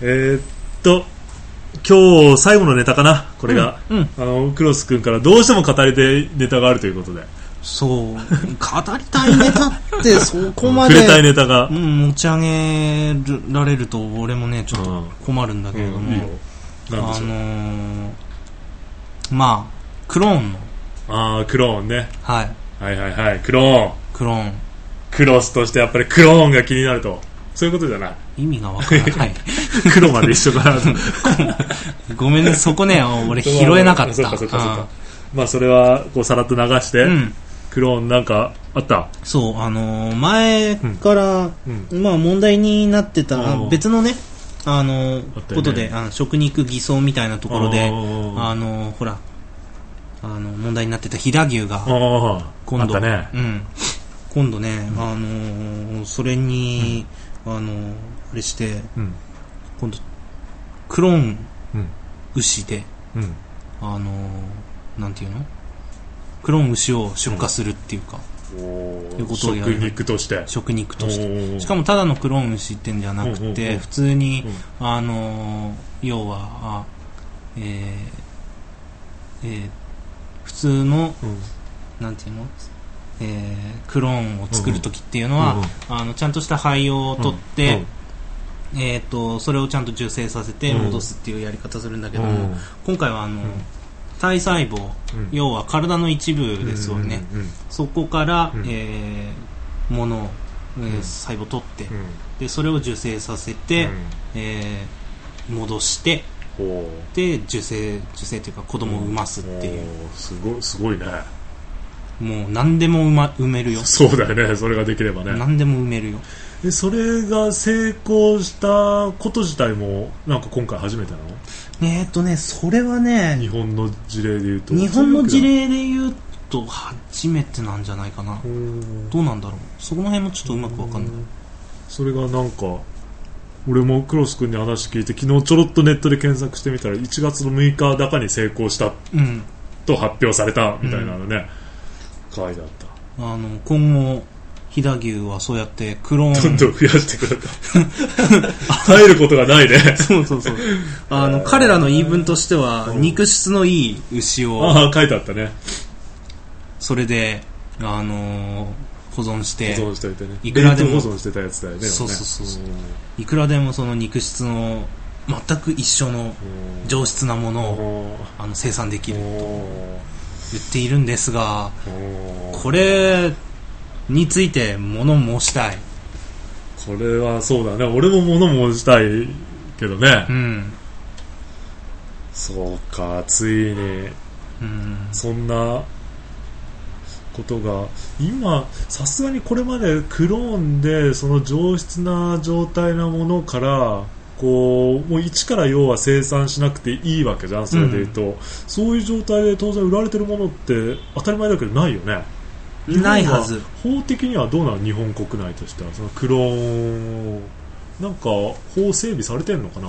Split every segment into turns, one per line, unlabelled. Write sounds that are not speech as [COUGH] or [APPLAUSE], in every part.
えーっと今日最後のネタかなこれが、
うんうん
あのクロス君からどうしても語りたいネタがあるということで
そう語りたいネタって
[LAUGHS]
そこま
触
で
れたいネタが
う、ん、持ち上げられると俺もねちょっと困るんだけれど
いいよ
も、
なんで
あ
しょう
のーまあクローンの
ああクローンね
はい
はいはいはいクローン
クローン
クロスとしてやっぱりクローンが気になるとそういうことじ
[LAUGHS]
ゃない
意味がわからない
[LAUGHS] 黒まで一緒かなと
ごめんねそこね俺 [LAUGHS] 拾えなかった
そうかそうかそう
あ
かまあそれはこうさらっと流して、
ーうん
クローンなんかあった
そうあのー前から、
うん
まあ問題になってた
おう
別のねあの
あ
ー
ったよね
ことであの食肉偽装みたいなところであ
あ
のーほらあの問題になってた飛騨牛
ー
が
あーあ
今
っ
度
たね
うん、今度ね、あのーそれに、あのーあれして
うん
今度クローン
うん
牛で、
うん
あのーなんていうのクローン牛を出荷するっていうか、
お
いう
ー
ことをや
食
る
肉として
食肉としてしか
も
もただのクローン牛ってんじゃなくて、
うんうんうん
普通に、あのー要はあえーえー普通のなんていうの、えークローンを作るときっていうのは、あのちゃんとした培養を取って、えー、とそれをちゃんと受精させて
うん
戻すっていうやり方するんだけども、今回はあの、体細胞要は体の一部ですよね、そこから、
うん
えーものを、えー
うん
細胞を取ってでそれを受精させて、えー戻してで受精受精というか子供を産ますっていう、
うすごいすごいね
もう何でも産,、ま、産めるよ
そうだよねそれができればね
何でも産めるよ
えそれが成功したこと自体もなんか今回初めてなの
えーっとねそれはね
日本の事例で言うと
日本の事例で言うと初めてなんじゃないかな
うん
どうなんだろうそこの辺もちょっとうまくわかんない
それがなんか俺もクロス君に話聞いて昨日ちょろっとネットで検索してみたら1月の6日だかに成功した
うん
と発表されたみたいなのね、可愛だった
あの今後飛騨牛はそうやってクロー
どん
ン
どん増やしてくれた耐えることがないね
[LAUGHS] そうそうそうあの彼らの言い分としては肉質のいい牛を
ああ書いてあったね
それであの保存し
保
て
存しておいてね
いくらでも
冷凍保存してたやつだよね
そうそうそう
でもね
いくらでもその肉質の全く一緒の
うん
上質なものを
おー
あの生産できる
お
言っているんですが
ーおー
これについて物申したい。
これはそうだね俺も物申したいけどね、
うん。
そうかついに
うん。
そんなことが今、さすがにこれまでクローンでその上質な状態なものからこうもう一から要は生産しなくていいわけじゃん、それでいうと、そういう状態で当然売られてるものって当たり前だけどないよね。
ないはず。
法的にはどうなの日本国内としてはそのクローンをなんか法整備されてんのかな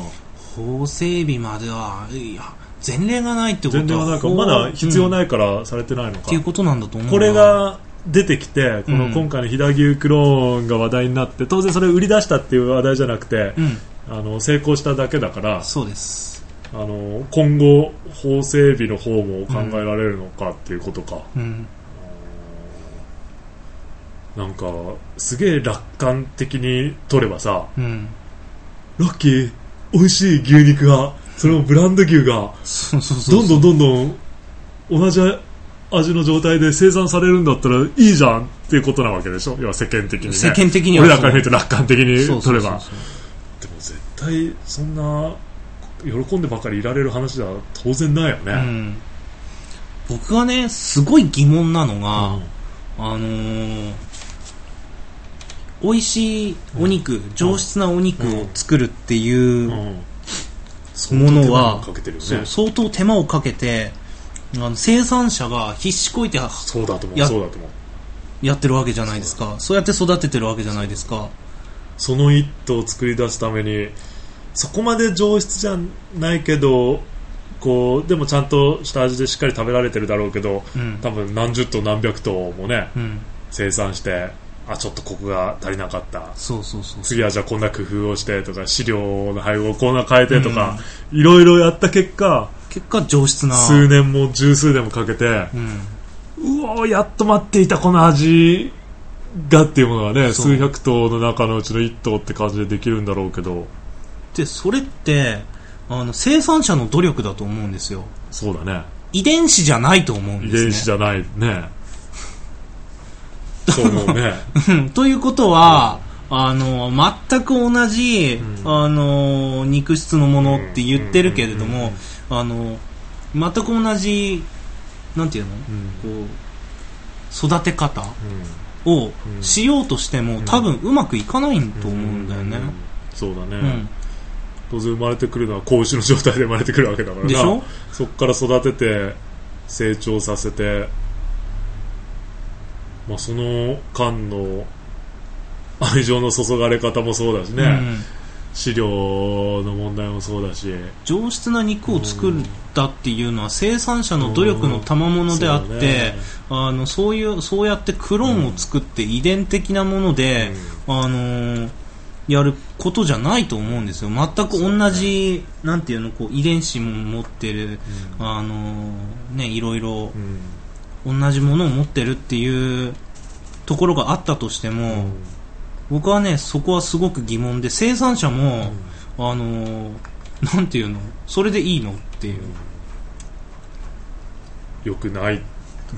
法整備までは、いや、前例がないってことは。
全然はなんかまだ必要
い、
ないからされてないのか、
っていうことなんだと思うな。
これが出てきてこ
う
の
ん
今回の飛騨牛クローンが話題になって当然それを売り出したっていう話題じゃなくて
うん。
あの成功しただけだから
そうです。
あの今後、法整備の方も考えられるのかっていうことか、
うん。
なんかすげえ楽観的に取ればさ
うん。
ラッキー、美味しい牛肉がそれもブランド牛が
そうそうそう。
どんどんどんどん同じ味の状態で生産されるんだったらいいじゃんっていうことなわけでしょ要は世間的にね。
世間的には
俺
そ
ら
う。
から見ると楽観的に
そうそ
取
う
れ
そう
ば
そう
でも絶対そんな喜んでばかりいられる話では当然ないよね、
うん。僕がね、すごい疑問なのが、
うん
あのー美味しいお肉、上質なお肉を作るっていう、
うん
ものは
相当手間かけてるよね
そう相当手間をかけてあの生産者が必死こいては
そうだと思う
や
そうだと思う
やってるわけじゃないですかそうやって育ててるわけじゃないですか
その一途を作り出すためにそこまで上質じゃないけどこうでもちゃんと下味でしっかり食べられてるだろうけど
うん
多分何十頭何百頭もね
うん
生産してあちょっとここが足りなかった
そうそうそう
次はじゃあこんな工夫をしてとか資料の配合をこんな変えてとか、いろいろやった結果
結果上質な
数年も十数年もかけて
うん
うおーやっと待っていたこの味がっていうものがね
そう
数百頭の中のうちの1頭って感じでできるんだろうけど
でそれってあの生産者の努力だと思うんですよ
そうだね
遺伝子じゃないと思うん
遺
ですね
伝子じゃないねそう思うね
うんということは、あの全く同じ、
うん
あの肉質のものって言ってるけれども、あの全く同じなんていうの
[LAUGHS] うん
こう育て方
うん
を
うん
しようとしても、
うん
多分うまくいかないと思うんだよね。
そうだね、
うん
当然生まれてくるのは子牛の状態で生まれてくるわけだからな
でしょ
そこから育てて成長させて、まあ、その間の愛情の注がれ方もそうだしね、
うん
飼料の問題もそうだし
上質な肉を作ったっていうのは生産者の努力の賜物であって、
そうだね
あのそういうそうやってクローンを作って遺伝的なもので、あのーやることじゃないと思うんですよ全く同じ、なんていうのこう遺伝子も持ってる、あのーね、いろいろ
うんうん
同じものを持ってるっていうところがあったとしても、
うん
僕はねそこはすごく疑問で生産者も、あのーなんていうのそれでいいのっていう、
よくない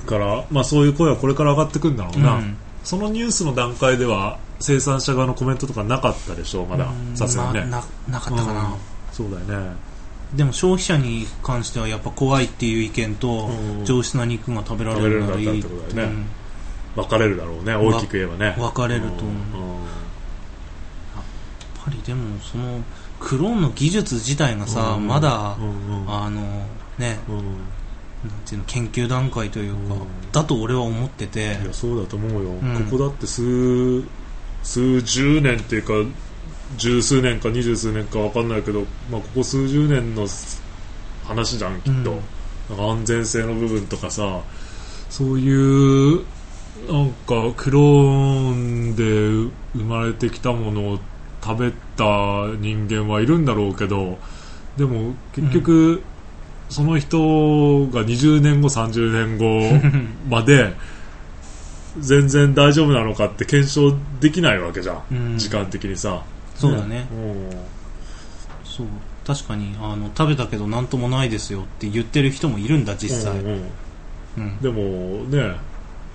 から、まあ、そういう声はこれから上がってくるんだろう
うん
な、そのニュースの段階では生産者側のコメントとかなかったでしょうまだ
うん
さすがにね、
なななかったかな、
そうだよね
でも消費者に関してはやっぱ怖いっていう意見と、
うん
上質な肉が食べられるならい
食
い
べれるんだったらってことだよね
うん
分かれるだろうね大きく言えばね
分かれると思うやっ
んん
ぱりでもそのクローンの技術自体がさ、
うん
まだ、
うんうん
あのね
うん
なんていうの研究段階というか、
うん
だと俺は思ってて
いやそうだと思うよ、
ん
ここだって数数十年っていうか十数年か二十数年か分かんないけど、まあ、ここ数十年の話じゃんきっと、
うん
なんか安全性の部分とかさそういうなんかクローンで生まれてきたものを食べた人間はいるんだろうけどでも結局、その人が20年後30年後まで全然大丈夫なのかって検証できないわけじゃん、
うん
時間的にさ
そうだね
うん
そう確かにあの食べたけど何ともないですよって言ってる人もいるんだ実際、
うんうん
うん
でもね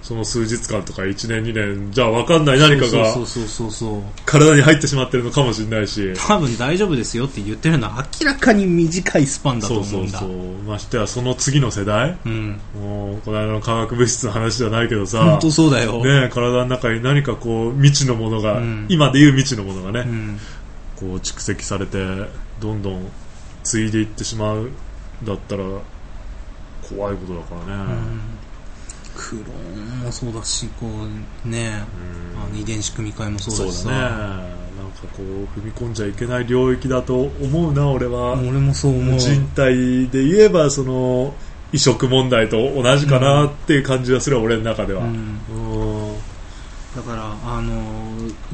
その数日間とか1年2年じゃあ分かんない何か
そ
が
うそうそうそうそう
体に入ってしまってるのかもしれないし
多分大丈夫ですよって言ってるのは明らかに短いスパンだと
そう
思
そううん
だ
そうましてはその次の世代
うん
もうこの間の化学物質の話じゃないけどさ
本当そうだよ、
ね、体の中に何かこう未知のものが、
うん
今でいう未知のものがね、
うん
こう蓄積されてどんどん継いでいってしまうんだったら怖いことだから
う
ね、
んクローンもそうだしこうね
うん
あの遺伝子組み換えもそ
そうう
だし
だね
さ
なんかこう踏み込んじゃいけない領域だと思うな俺は、
俺もそう思う
人体で言えばその移植問題と同じかなっていう感じはする俺の中では、
う
うん
ん
うん
だからあの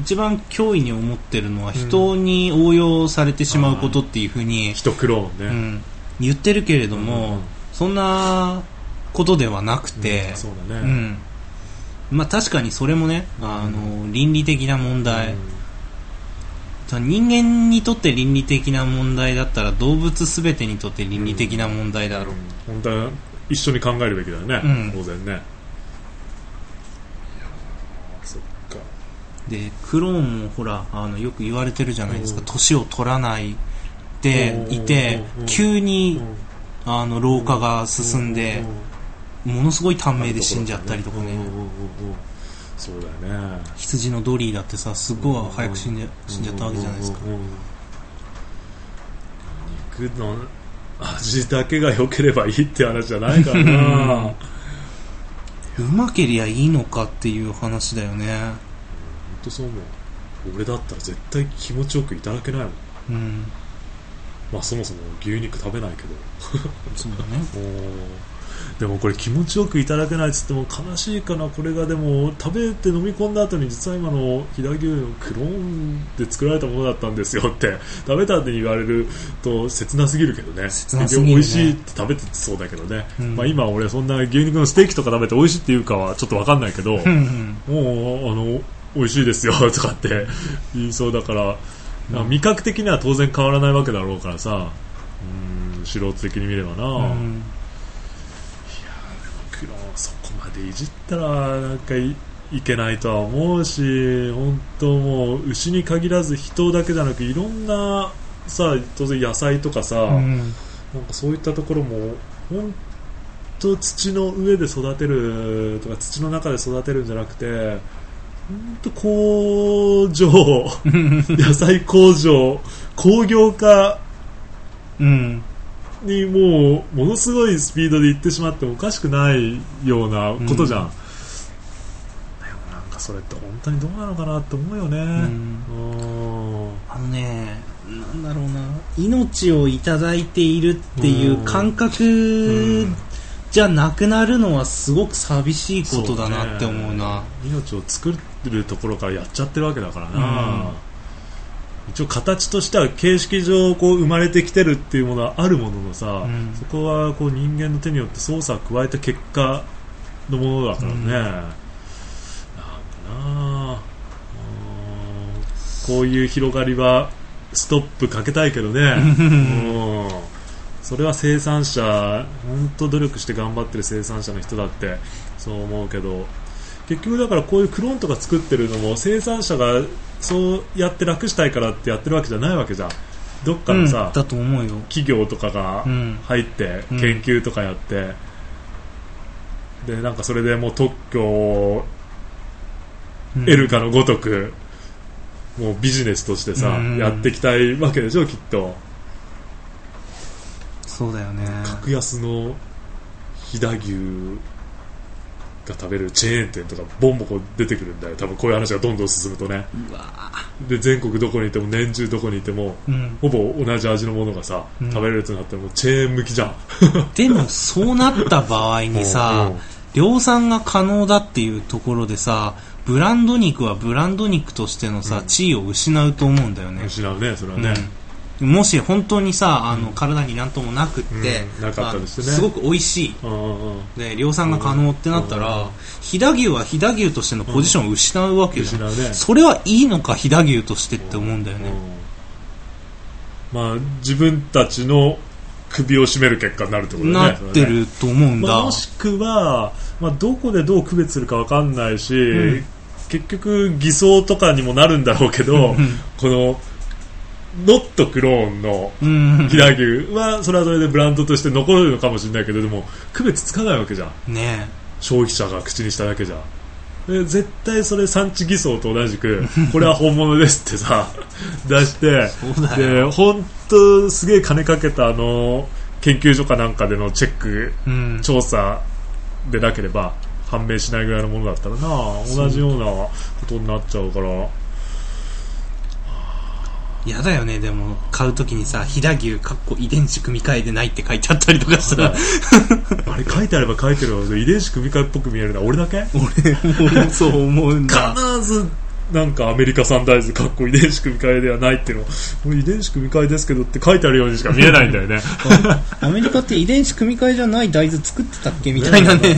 一番脅威に思ってるのは人に応用されてしまうことっていうふうに、
人クローン
う
ね、
ん言ってるけれど
う
も、そんなことではなくて、
んそう
う
だね、
んまあ、確かにそれもねあの倫理的な問題、
うん
人間にとって倫理的な問題だったら動物すべてにとって倫理的な問題だろう、
本当は一緒に考えるべきだよね、
うん
当然ねいやーそっか
でクローンもほらあのよく言われてるじゃないですか
うん
年、を取らないでいて
うんうん
急にあの老化が進んでものすごい短命で死んじゃったりとか
うん
ね
うんうんうんそうだよね
羊のドリーだってさすっごい早く死んで死んじゃったわけじゃないですか
うんうんうんうん肉の味だけが良ければいいって話じゃないから
[LAUGHS]
な本
うまけりゃいいのかっていう話だよね
当そう思う俺だったら絶対気持ちよくいただけないもん
うん
まあそもそも牛肉食べないけど
そうだね
おーでもこれ気持ちよくいただけないっつっても悲しいかなこれがでも食べて飲み込んだ後に実は今の飛騨牛のクローンで作られたものだったんですよって食べたって言われると切なすぎるけどね
切なすぎる
でも
ね
美味しいって食べてそうだけどね、
うん
まあ、今俺そんな牛肉のステーキとか食べて美味しいっていうかはちょっと分かんないけど
うんうん
もうあの美味しいですよとかって [LAUGHS] 言いそうだから、
うん
味覚的には当然変わらないわけだろうからさうん素人的に見ればな、
うん
クローンそこまでいじったらなんかいいけないとは思うし本当もう牛に限らず人だけじゃなくいろんなさ当然野菜とかさ、
うん
なんかそういったところも本当土の上で育てるとか土の中で育てるんじゃなくて本当工場野菜工場工業化
うん
にもうものすごいスピードで行ってしまってもおかしくないようなことじゃん、
うん
でもなんかそれって本当にどうなのかなって思うよね、
うん
うん
あのねなんだろうな命をいただいているっていう感覚
うん
じゃなくなるのはすごく寂しいことだなって思うな
命を作るところからやっちゃってるわけだからな、
うん
一応形としては形式上こう生まれてきてるっていうものはあるもののさ、
うん
そこはこう人間の手によって操作を加えた結果のものだからね、
うん
なんかなうんこういう広がりはストップかけたいけどね、うん、それは生産者本当努力して頑張ってる生産者の人だってそう思うけど結局だからこういうクローンとか作ってるのも生産者がそうやって楽したいからってやってるわけじゃないわけじゃんどっかのさ、
うん、だと思うよ、
企業とかが
うん
入って
うん
研究とかやって、でなんかそれでもう特許を
うん
得るかのごとく、もうビジネスとしてさ、
うん
やっていきたいわけでしょきっと
そうだよね
格安の飛騨牛が食べるチェーン店とかボンボコ出てくるんだよ多分こういう話がどんどん進むとね
うわ
で全国どこにいても年中どこにいても
うん、
ほぼ同じ味のものがさ、
うん
食べれるとなったらもうチェーン向きじゃん
でもそうなった場合にさ
うんうん
量産が可能だっていうところでさブランド肉はブランド肉としてのさ、
うん
地位を失うと思うんだよね
失うねそれはね、
うんもし本当にさあの体になんともなくって、
うんなかったですね
あのすごく美味しい
うんうんうん
で量産が可能ってなったら飛騨牛は飛騨牛としてのポジションを失うわけじ
失
ゃん、
うね
それはいいのか飛騨牛としてって思うんだよね、
うんまあ自分たちの首を絞める結果になるってことだよ
な
ね
ってると思うんだ、
まあ、もしくは、まあ、どこでどう区別するかわかんないし、
うん
結局偽装とかにもなるんだろうけど、
うん
このノットクローンの
うん
飛騨牛はそれはそれでブランドとして残るのかもしれないけどでも区別つかないわけじゃん
ね
消費者が口にしただけじゃんで絶対それ産地偽装と同じく [LAUGHS] これは本物ですってさ [LAUGHS] 出して
えそうだよ
で本当すげえ金かけたあの研究所かなんかでのチェック
うん
調査でなければ判明しないぐらいのものだったらな同じようなことになっちゃうから
やだよねでも買うときにさ飛騨牛かっこ遺伝子組み換えでないって書いてあったりとかさ
あれ書いてあれば書いてるほど遺伝子組み換えっぽく見えるな俺だけ
俺もそう思うん [LAUGHS] だ
必ずなんかアメリカ産大豆かっこ遺伝子組み換えではないっていうのこれ遺伝子組み換えですけどって書いてあるようにしか見えないんだよ [LAUGHS] ね
アメリカって遺伝子組み換えじゃない大豆作ってたっけみ
なんかね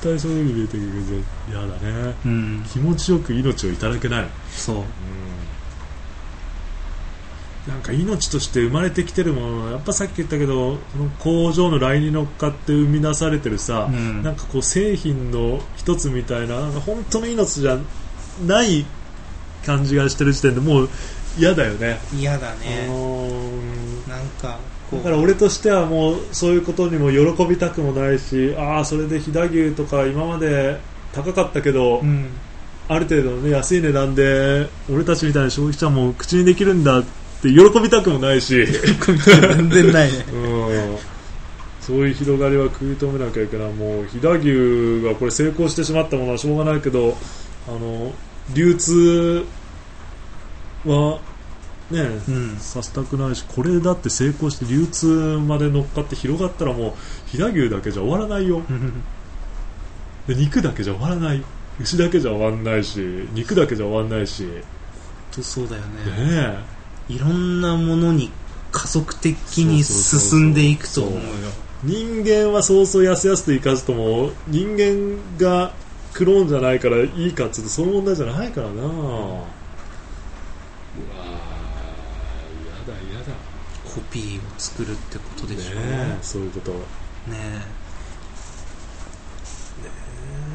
絶対そういうふうに見えてくるけど嫌だね
うん
気持ちよく命をいただけない
そう
なんか命として生まれてきてるものはやっぱさっき言ったけどその工場のラインに乗っかって生み出されてるさ、
うん
なんかこう製品の一つみたいななんか本当の命じゃない感じがしてる時点でもう嫌だよね。
嫌だ
う
ね
ーん
なんかこ
だ
う
から俺としてはもうそういうことにも喜びたくもないしああそれで飛騨牛とか今まで高かったけど、
[LAUGHS] うん
ある程度の、ね、安い値段で俺たちみたいな消費者も口にできるんだって喜びたくもないし。
全然ないね
うんそういう広がりは食い止めなきゃいけないもう飛騨牛がこれ成功してしまったものはしょうがないけどあの流通はね、
うん
させたくないしこれだって成功して流通まで乗っかって広がったらもう飛騨牛だけじゃ終わらないよで肉だけじゃ終わらない牛だけじゃ終わんないし肉だけじゃ終わんないしね
とそうだよね
え
いろんなものに加速的に進んでいくと思うよ
人間はそうそうやすやすと生かずとも人間がクローンじゃないからいいかっつうとそういう問題じゃないからなうわーやだやだ
コピーを作るってことでし
ね
ょ
えそういうことね
ねえ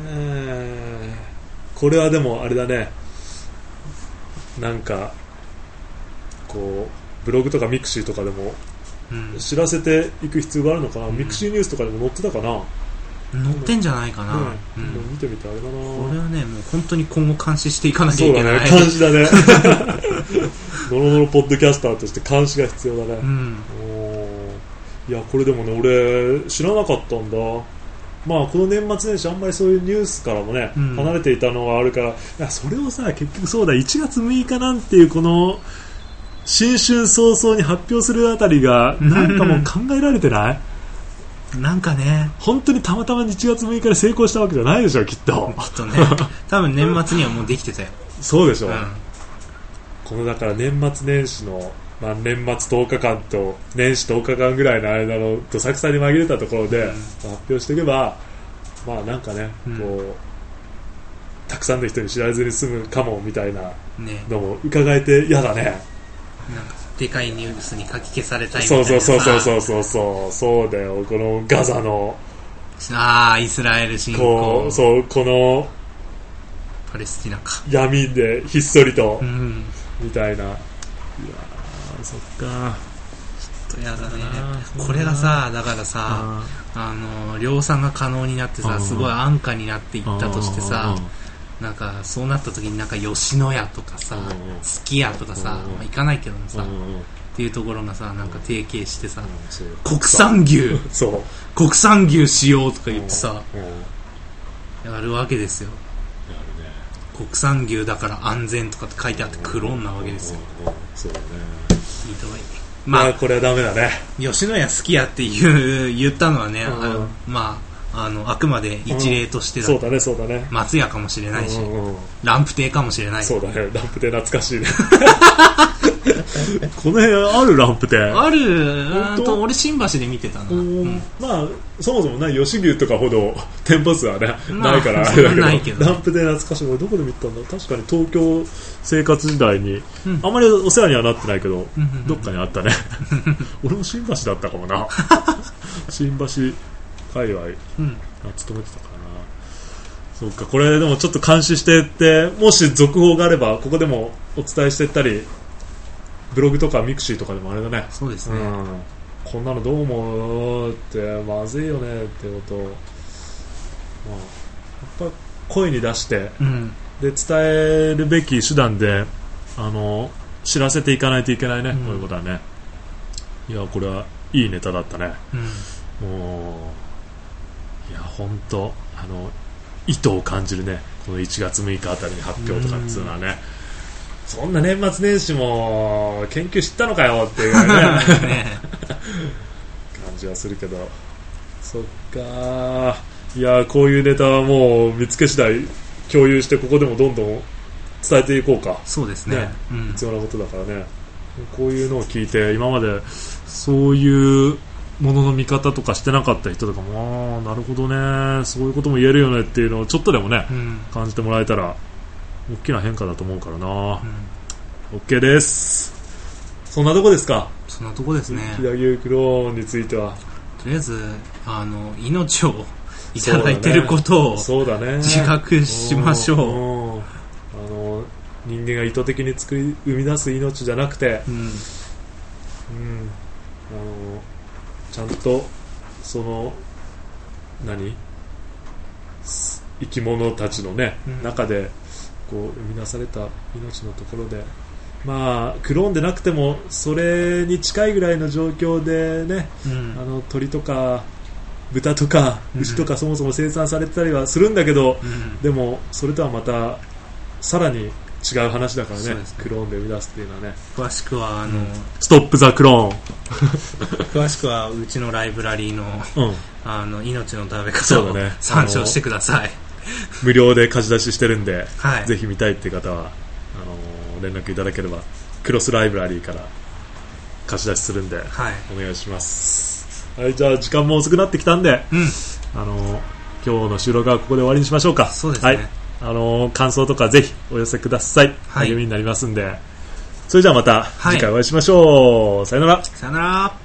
えこれはでもあれだねなんかこうブログとかミクシーとかでも
うん
知らせていく必要があるのかな、
うん
ミクシーニュースとかでも載ってたかな、
乗ってんじゃないかな、
ね
う
でも
ん
見てみてあれだな
これはねもう本当に今後監視していかなきゃ
そ
いうけ
だ
な
ね
い、
監視だね [LAUGHS] ノロノロポッドキャスターとして監視が必要だ
う
ね、
ん
おーいやこれでもね俺知らなかったんだまあこの年末年始あんまりそういうニュースからもね、
うん
離れていたのがあるからいやそれをさ結局そうだ1月6日なんていうこの新春早々に発表するあたりがなんかもう考えられてない
なんかね
本当にたまたま1月6日で成功したわけじゃないでしょきっと
きっ [LAUGHS] とね多分年末にはもうできてたよ、
そうでしょ、
う
このだから年末年始の、まあ、年末10日間と年始10日間ぐらいの間のどさくさに紛れたところで、
うん
発表していけばまあなんかね、
うん、
こうたくさんの人に知られずに済むかもみたいなん
ね
のも伺えて嫌だね
なんかでかいニュースに書き消されたいみたい
そう
な
そうそうそう
う
そうそうそうそうだよこのガザの
ああイスラエル侵
こ
攻
うそうこの
パレスチナか
闇でひっそりと
うん
みたいないやーそっか
ちょっとやだね
な
これがさだからさ
あ
あの量産が可能になって
う
さ
ん
すごい安価になっていっ
ー
たとして
うん
さ
うん
なんかそうなった時になんか吉野家とかさ
うん
すき家とかさ
うん
まあ行かないけどもさ
うんうんうん
っていうところがさなんか提携してさ
そう
国産牛
そう、
国産牛しようとか言ってさ
うん、やるね
やるわけですよ国産牛だから安全とかって書いてあってクローンなわけですよ
うんうんそうだね
ひどい
ま
ま
あ
あ
これはダメだね
吉野家好きやって言う言ったのはねあ
うん
のまああのあくまで一例としてだ
そうだねそうだね
松屋かもしれないし
うんうんうん
ランプ亭かもしれない
そうだねランプ亭懐かしい
[LAUGHS]
ねこの辺あるランプ亭
あるう
本
ーん
当
と俺新橋で見てたな、
う
うんん
まあそもそもな吉牛とかほど店舗数はね、
まあ
ないからあれだけど
ないけどね
ランプ亭懐かしい俺どこで見たんだ確かに東京生活時代に、
うん
あんまりお世話にはなってないけど、
うんうんうん
どっかにあった
[LAUGHS]
ね俺も新橋だったかもな新橋界隈
うん
あ勤めてたからなそうかこれでもちょっと監視してってもし続報があればここでもお伝えしてったりブログとかミクシーとかでもあれだね
そうです
う
ね、
ん、こんなのどう思うってまずいよねってことを、まあ、やっぱ声に出して
うん、
で伝えるべき手段であの知らせていかないといけないね、
うん
こういうことはねいやこれはいいネタだったね
うん、
もういや本当あの意図を感じるねこの1月6日あたりに発表とかっつうのはね、そんな年末年始も研究知ったのかよっていうぐらいね
ね
感じはするけどそっかーいやーこういうネタはもう見つけ次第共有してここでもどんどん伝えていこうか
そうです
[LAUGHS]
ね
ね
うん
必要なことだからねこういうのを聞いて今までそういうものの見方とかしてなかった人とかもあーなるほどねそういうことも言えるよねっていうのをちょっとでもね
うん
感じてもらえたら大きな変化だと思うからな
うん
OK ですそんなとこですか
そんなとこですね
左牛クローンについては
とりあえずあの命をいただいてることを
そうだね
自覚しましょ
うんうんあの人間が意図的に作り生み出す命じゃなくて
う、うん
うん、あのちゃんとその何す生き物たちの、ね
うん
中でこう生み出された命のところで、まあ、クローンでなくてもそれに近いぐらいの状況で、ね、
うん
あの鳥とか豚とか
うん
牛とかそもそも生産されてたりはするんだけど、
うん
でもそれとはまたさらに違う話だからね
そうですね
クローンで生み出すっていうのはね
詳しくはあの、
ストップ・ザ・クロ
詳しくはうちのライブラリーの
ーン、うん、
あの命の食べ方
そ
を、
うだね
参照してください、
無料で貸し出ししてるんで、
はい、
ぜひ見たいっていう方はあの連絡いただければクロスライブラリーから貸し出しするんで
はい、
お願いしますはいじゃあ時間も遅くなってきたんで、
うん
あの今日の収録はここで終わりにしましょうか
そうですね、
はいあの感想とかぜひお寄せください、
はい
励みになりますんでそれじゃあまた
い
次回お会いしましょう、さよなら
さよなら